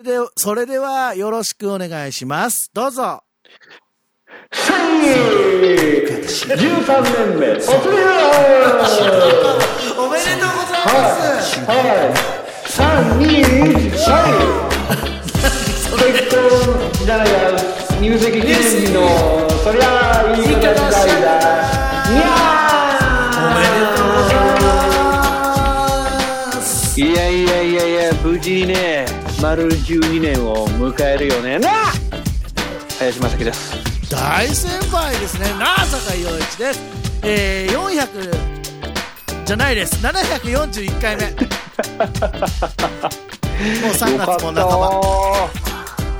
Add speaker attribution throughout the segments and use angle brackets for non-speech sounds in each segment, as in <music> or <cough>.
Speaker 1: で、それではよろしくお願いします。どうぞ。
Speaker 2: 13年目おつり
Speaker 1: おめでとうございます。
Speaker 2: はい321結婚じゃないや入籍記念日のそりゃあいい形だいだいやーいやいやいやいや無事にね丸12年を迎えるよねなあ林正樹です
Speaker 1: 大先輩ですね。なあ、坂井陽一です。えー、400じゃないです。741回目。
Speaker 2: <laughs>
Speaker 1: もう3
Speaker 2: よか
Speaker 1: 月
Speaker 2: った
Speaker 1: も半ば。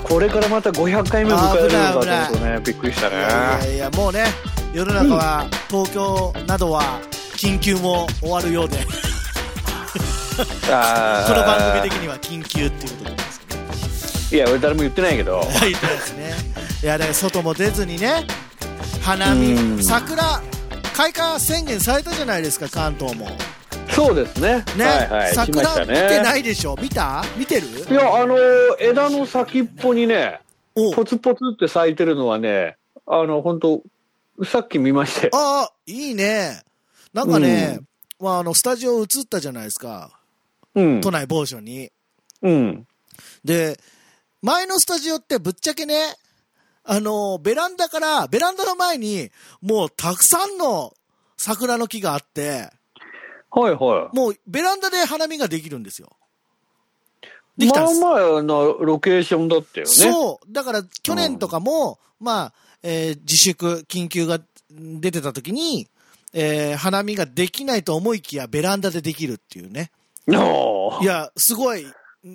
Speaker 2: これからまた500回目迎えるのかと思うとねびっくりした
Speaker 1: いや
Speaker 2: ね
Speaker 1: いやいや、もうね、世の中は、東京などは、緊急も終わるようで、こ
Speaker 2: あ
Speaker 1: <laughs>
Speaker 2: ー
Speaker 1: の番組的には緊急っていうことですけど。
Speaker 2: いや俺誰も言ってないけど
Speaker 1: はい、そうですね。いや、だから外も出ずにね、花
Speaker 2: う
Speaker 1: 見、
Speaker 2: ん
Speaker 1: 桜、開花宣言されたじゃないですか、関東も。
Speaker 2: そうですね
Speaker 1: ね、
Speaker 2: はいはいしま
Speaker 1: 桜
Speaker 2: した
Speaker 1: 見てな
Speaker 2: ね
Speaker 1: いでしょ見た見てる
Speaker 2: いやあの枝の先っぽにね
Speaker 1: お
Speaker 2: ポツポツって咲いてるのはねあの本当さっき見ましたよ
Speaker 1: ああ、いいね。なんかね、まあ、あの、スタジオ移ったじゃないですか。
Speaker 2: うん
Speaker 1: 都内某所に。
Speaker 2: うん
Speaker 1: で、前のスタジオってぶっちゃけね、あの、ベランダから、ベランダの前に、もうたくさんの桜の木があって、
Speaker 2: はいは
Speaker 1: もうベランダで花見ができるんですよ。
Speaker 2: い
Speaker 1: できた
Speaker 2: ま
Speaker 1: んです。
Speaker 2: あまあなロケーションだったよね
Speaker 1: そう。だから、去年とかも、まあ、えー自粛、緊急がん出てた時に、えー花見ができないと思いきや、ベランダでできるっていうね。
Speaker 2: あ
Speaker 1: いや、すごい、ん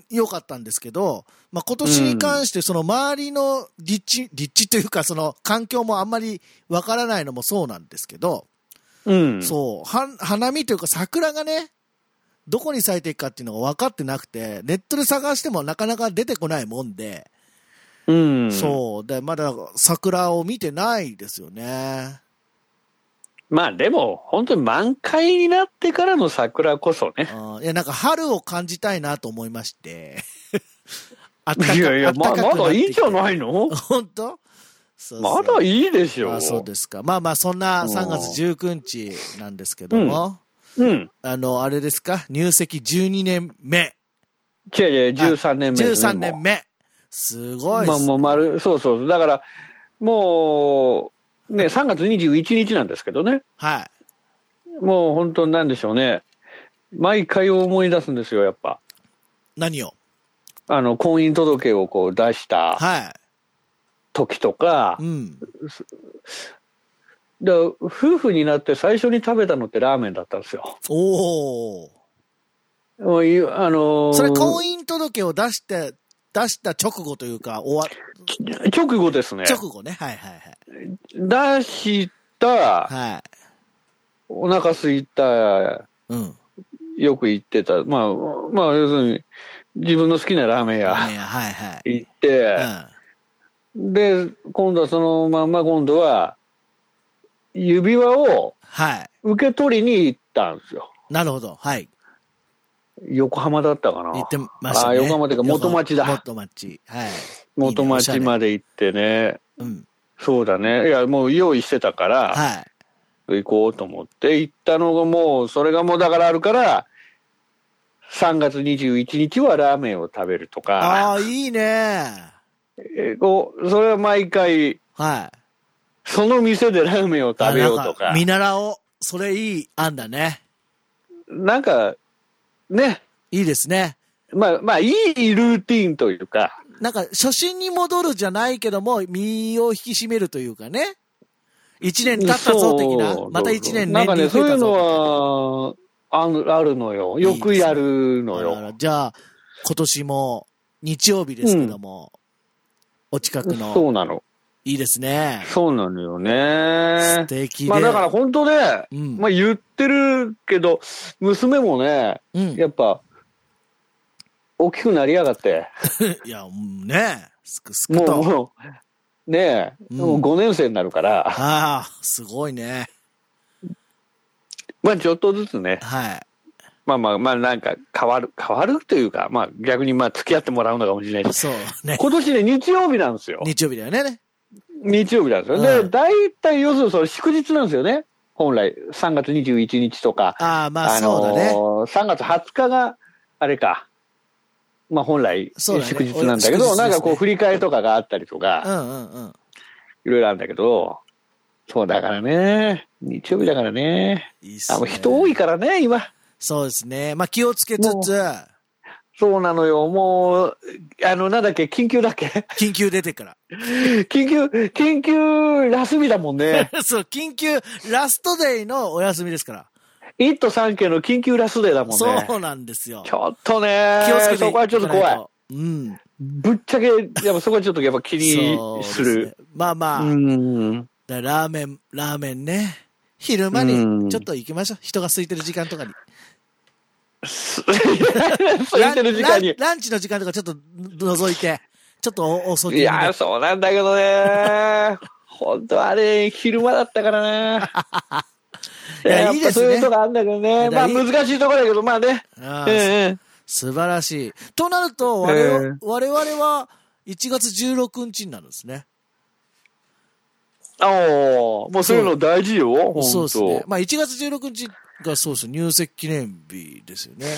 Speaker 1: 良かったんですけど、まあ、今年に関して、その周りの立地、立地というか、その環境もあんまりわからないのもそうなんですけど、
Speaker 2: うん
Speaker 1: そう、は、花見というか桜がね、どこに咲いていくかっていうのが分かってなくて、ネットで探してもなかなか出てこないもんで、
Speaker 2: うん
Speaker 1: そう。で、まだ桜を見てないですよね。
Speaker 2: まあでも、本当に満開になってからの桜こそね。
Speaker 1: うんいや、なんか春を感じたいなと思いまして。
Speaker 2: <laughs>
Speaker 1: あったか
Speaker 2: いやいや、
Speaker 1: あった
Speaker 2: ま
Speaker 1: かくな
Speaker 2: まだいいじゃ
Speaker 1: い
Speaker 2: ないの
Speaker 1: 本当そう
Speaker 2: まだ
Speaker 1: い
Speaker 2: いいでしょ
Speaker 1: あそうですか。まあまあ、そんな
Speaker 2: うん
Speaker 1: 3月19日なんですけども、
Speaker 2: うん。
Speaker 1: あの、あれですか、入籍12年目、
Speaker 2: 違う違う、13年目ですね。
Speaker 1: 13年目。す
Speaker 2: も
Speaker 1: ご
Speaker 2: う
Speaker 1: いっ
Speaker 2: まあ
Speaker 1: す
Speaker 2: もう丸、そうそう。だから、もう、ね、3月21日なんですけどね。
Speaker 1: はい。
Speaker 2: もう本当なんでしょうね。毎回思い出すんですよ、やっぱ。
Speaker 1: 何を
Speaker 2: あの、婚姻届をこう出した
Speaker 1: は
Speaker 2: 時とか
Speaker 1: い。う、ん。
Speaker 2: だから夫婦になって最初に食べたのってラーメンだったんですよ。
Speaker 1: おー。
Speaker 2: もういあのー
Speaker 1: それ婚姻届を出して、出した直後というか、終わ、
Speaker 2: 直後ですね。
Speaker 1: 直後ね。はいはいはい。
Speaker 2: 出した、
Speaker 1: はい。
Speaker 2: お腹空いた、
Speaker 1: うん。
Speaker 2: よく行ってた、まあ、まあ、要するに、自分の好きなラーメン
Speaker 1: いや
Speaker 2: 屋
Speaker 1: はいはい。
Speaker 2: 行って、で、今度はそのまんま今度は、指輪を
Speaker 1: は
Speaker 2: 受け取りに行ったんですよ。
Speaker 1: い。なるほど。はい。
Speaker 2: 横浜だったかな
Speaker 1: 言ってましたね。
Speaker 2: あ横浜というか元町だ
Speaker 1: 横元町。はい。
Speaker 2: 元町ま
Speaker 1: で。
Speaker 2: で行ってね。
Speaker 1: うん。
Speaker 2: そうだね。いや、もう用意してたから、
Speaker 1: はい。
Speaker 2: 行こうと思って行ったのがもう、それがもうだからあるから、3月21日はラーメンを食べるとか。
Speaker 1: ああ、いいね。
Speaker 2: えーこう、それは毎回、
Speaker 1: はい。
Speaker 2: その店でラーメンを食べようと
Speaker 1: あなん
Speaker 2: か、
Speaker 1: 見習おう。それいい案だね。
Speaker 2: なんか、ね、
Speaker 1: いいですね。
Speaker 2: まあ、まあ、いいルーティンというか、
Speaker 1: なんか、初心に戻るじゃないけども、身を引き締めるというかね。一年経ったぞ、的
Speaker 2: そう
Speaker 1: な。また一年
Speaker 2: なん
Speaker 1: 年
Speaker 2: かね、
Speaker 1: に
Speaker 2: そう
Speaker 1: 増え
Speaker 2: いう
Speaker 1: た
Speaker 2: の
Speaker 1: ぞ。
Speaker 2: は、あのあるのよ。よくやるの
Speaker 1: あらあ
Speaker 2: よ。
Speaker 1: らじゃあ、今年も日曜日ですけども、お近くの
Speaker 2: そうなの。
Speaker 1: いいですね。
Speaker 2: そうなのよ
Speaker 1: 素
Speaker 2: ね。
Speaker 1: 敵で。
Speaker 2: まあ、だから本当ね、
Speaker 1: うん。
Speaker 2: まあ、言ってるけど、娘もね、
Speaker 1: うん、い
Speaker 2: やっぱ、大きくなりやがって。
Speaker 1: や、うんねすくすく
Speaker 2: もう、
Speaker 1: と。
Speaker 2: もう、ねえ、
Speaker 1: うん
Speaker 2: もう5年生になるから、
Speaker 1: ああ、すごいね。
Speaker 2: まあちょっとずつね、
Speaker 1: はい。
Speaker 2: まあまあまあなんか変わる、変わるというか、まあ逆にまあ付き合ってもらうのかもしれないです。
Speaker 1: そうね。
Speaker 2: 今年ね、日曜日なんですよ。
Speaker 1: 日曜日だよね。
Speaker 2: 日曜日なんですよ。
Speaker 1: う
Speaker 2: で、
Speaker 1: ん
Speaker 2: 大体要するにその祝日なんですよね。本来、3月21日とか、
Speaker 1: ああ、まあそうだね。
Speaker 2: ー3月20日が、あれか。まあ本来、
Speaker 1: そうだね
Speaker 2: 祝日なんだけど、
Speaker 1: お祝日ですね
Speaker 2: なんかこう振り替えとかがあったりと
Speaker 1: う
Speaker 2: か、
Speaker 1: んうんうん。
Speaker 2: いろいろあるんだけど、そうだからね、日曜日だからね。
Speaker 1: いいっす
Speaker 2: あ、もう
Speaker 1: ね。
Speaker 2: 人多いからね、今。
Speaker 1: そうですね。まあ気をつけつつ、
Speaker 2: そうなのよ、もう、あの、なんだっけ、緊急だっけ <laughs>
Speaker 1: 緊急出てから。 <laughs>
Speaker 2: 緊急、緊急休みだも
Speaker 1: <laughs>
Speaker 2: んね。
Speaker 1: そう、緊急ラストデイのお休みですから。
Speaker 2: 1都3県の緊急ラストデーだもんね。
Speaker 1: そうなんですよ。
Speaker 2: ちょっとね、
Speaker 1: 気をつけていかないと
Speaker 2: そこはちょっと怖い。。
Speaker 1: うん。
Speaker 2: ぶっちゃけ、やっぱそこはちょっとやっぱ気
Speaker 1: そう
Speaker 2: に
Speaker 1: ですすね
Speaker 2: る。。
Speaker 1: まあまあ、
Speaker 2: うん。
Speaker 1: だからラーメン、ラーメンね。昼間
Speaker 2: うん
Speaker 1: にちょっと行きましょう。人が空いてる時間とかに。
Speaker 2: 空いてる時間
Speaker 1: ラン
Speaker 2: に。
Speaker 1: ランランチの時間とかちょっと覗いて、ちょっとお遅く
Speaker 2: いやー、そうなんだけ
Speaker 1: <laughs>
Speaker 2: どね。本当あれ、昼間だったからね。
Speaker 1: いや
Speaker 2: やっ
Speaker 1: いい
Speaker 2: ぱ
Speaker 1: です
Speaker 2: そ
Speaker 1: ね
Speaker 2: ういうとこあるんだけどね。まあ
Speaker 1: いやいい
Speaker 2: 難しいところだけど、まあね。
Speaker 1: あ
Speaker 2: ええ
Speaker 1: ー
Speaker 2: ええ
Speaker 1: 素晴らしい。となると、我々
Speaker 2: えー
Speaker 1: 我々は1月16日になるんですね。
Speaker 2: ああ、もうそういうの大事よ、本当
Speaker 1: そうですね。まあ1月16日がそうです。入籍記念日ですよね。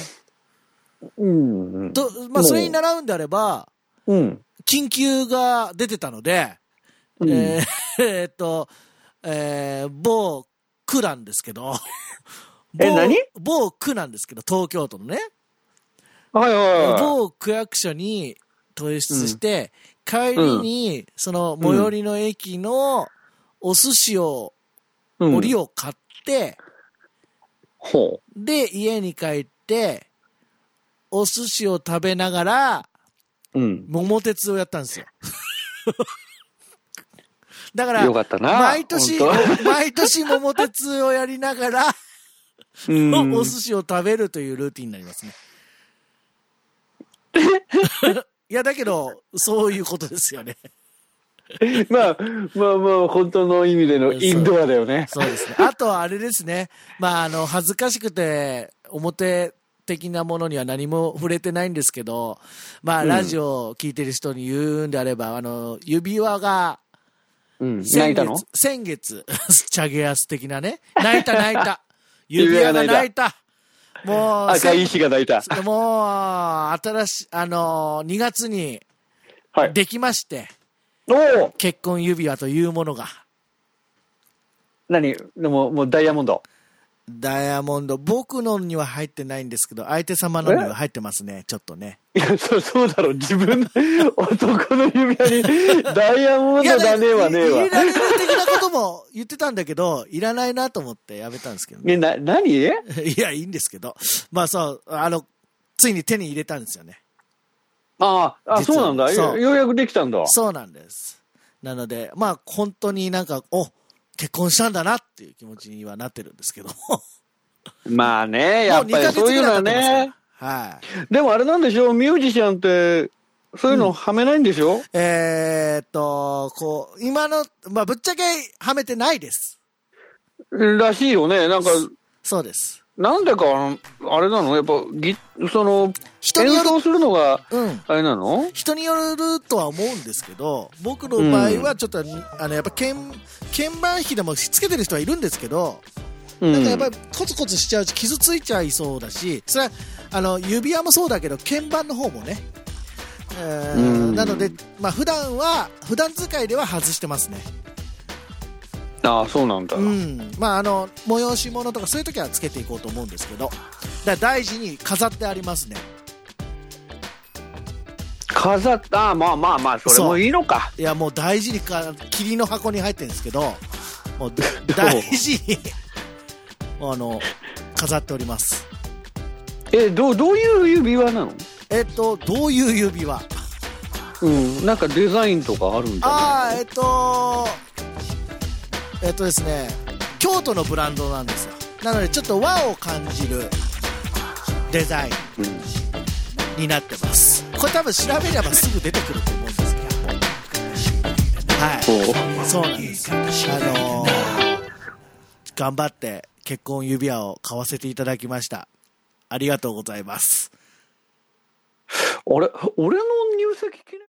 Speaker 2: うんうん。
Speaker 1: と、まあそれに習うんであれば、
Speaker 2: うん。
Speaker 1: 緊急が出てたので、
Speaker 2: うん
Speaker 1: えーえーっと、えー某区なんですけど、
Speaker 2: <laughs> え
Speaker 1: 某
Speaker 2: 何
Speaker 1: 某区なんですけど、東京都のね、
Speaker 2: はいはいは
Speaker 1: 某区役所に提出して、帰りに、その最寄りの駅のお寿司を、
Speaker 2: い。うん
Speaker 1: 折を買って、
Speaker 2: ほ
Speaker 1: で、家に帰って、お寿司を食べながら、
Speaker 2: う。うん。
Speaker 1: 桃鉄をやったんですよ。 <laughs> だから
Speaker 2: よ、かったな。
Speaker 1: 毎年
Speaker 2: 本、
Speaker 1: <laughs> 毎年桃鉄をやりながら、
Speaker 2: 当う
Speaker 1: <laughs>
Speaker 2: ん
Speaker 1: お寿司を食べるというルーティンになりますね。いや、だけど、そういうことですよね。
Speaker 2: <laughs> まあ、まあまあ、本当の意味でのインドアだよね。
Speaker 1: そうですね。あとはあれですね。まあ、あの、恥ずかしくて、表的なものには何も触れてないんですけど、まあ、
Speaker 2: うん
Speaker 1: ラジオを聞いてる人に言うんであれば、あの、指輪が、
Speaker 2: うん。泣
Speaker 1: 先
Speaker 2: いたの
Speaker 1: 月、先月、 <laughs> チャゲアス的なね。泣いた泣い
Speaker 2: <laughs>
Speaker 1: た。指輪が泣いた。もう、
Speaker 2: 赤い石が泣いた。
Speaker 1: もう、新しい、あのー、2月に
Speaker 2: はい。
Speaker 1: できまして、
Speaker 2: おお
Speaker 1: 結婚指輪というものが、
Speaker 2: 何でも、もうダイヤモンド。
Speaker 1: ダイヤモンド、僕のには入ってないんですけど、相手様のには入ってますね、ちょっとね。
Speaker 2: いや、そう、 <laughs> そうだろう。自分、 <laughs> 男の指輪に、 <laughs> ダイヤモン
Speaker 1: いや
Speaker 2: ドだねえわねえ
Speaker 1: い入れら
Speaker 2: わ。
Speaker 1: れる的なことも言ってたんだけど、いらないなと思ってやめたんですけどね。 <laughs>
Speaker 2: ね、な、何
Speaker 1: いや、いいんですけど。まあそう、あの、ついに手に入れたんですよね。
Speaker 2: ああ、あ、
Speaker 1: 実
Speaker 2: そう
Speaker 1: は
Speaker 2: なんだ。
Speaker 1: そ
Speaker 2: よ
Speaker 1: う
Speaker 2: ようやくできたんだ。
Speaker 1: そうなんです。なので、まあ本当になんか、お、結婚したんだなっていう気持ちにはなってるんですけども。
Speaker 2: まあね、やっぱりそういうのはね。
Speaker 1: はい。
Speaker 2: でもあれなんでしょう、ミュージシャンって、そういうのはめないんでしょ、
Speaker 1: えーっと、こう、今の、まあ、ぶっちゃけはめてないです。
Speaker 2: らしいよね。なんか、
Speaker 1: そうです。
Speaker 2: なんでか、あのあれなのやっぱ、ぎその、
Speaker 1: 人に
Speaker 2: 演
Speaker 1: よる、
Speaker 2: 奏するのが、
Speaker 1: うん。
Speaker 2: あれなの
Speaker 1: 人によるとは思うんですけど、僕の場合はちょっと、あの、やっぱ鍵、鍵盤弾きでもしつけてる人はいるんですけど、
Speaker 2: うん
Speaker 1: なんかやっぱりコツコツしちゃうし、傷ついちゃいそうだし、それは、あの、指輪もそうだけど、鍵盤の方もね。えー
Speaker 2: うん
Speaker 1: なので、まあ、普段は、普段使いでは外してますね。
Speaker 2: ああ、そうなんだ。
Speaker 1: うん、まああの催し物とかそういう時はつけていこうと思うんですけどだから大事に飾ってありますね
Speaker 2: 飾った、あまあまあまあ、それもいいのか。
Speaker 1: いやもう大事にか霧の箱に入ってるんですけどもう
Speaker 2: <laughs>
Speaker 1: 大事にあの飾っております
Speaker 2: え、どう、どういう指輪なの
Speaker 1: えっとどういう指輪
Speaker 2: うん、なんかデザインとかあるんじゃ
Speaker 1: ああ
Speaker 2: ない
Speaker 1: えっとえっとですね京都のブランドなんですよなのでちょっと和を感じるデザイン
Speaker 2: うん
Speaker 1: になってますこれ多分調べればすぐ出てくると思うんですけどはい
Speaker 2: そう
Speaker 1: そうなんですあのー頑張って結婚指輪を買わせていただきましたありがとうございます。
Speaker 2: あれ俺の入籍記念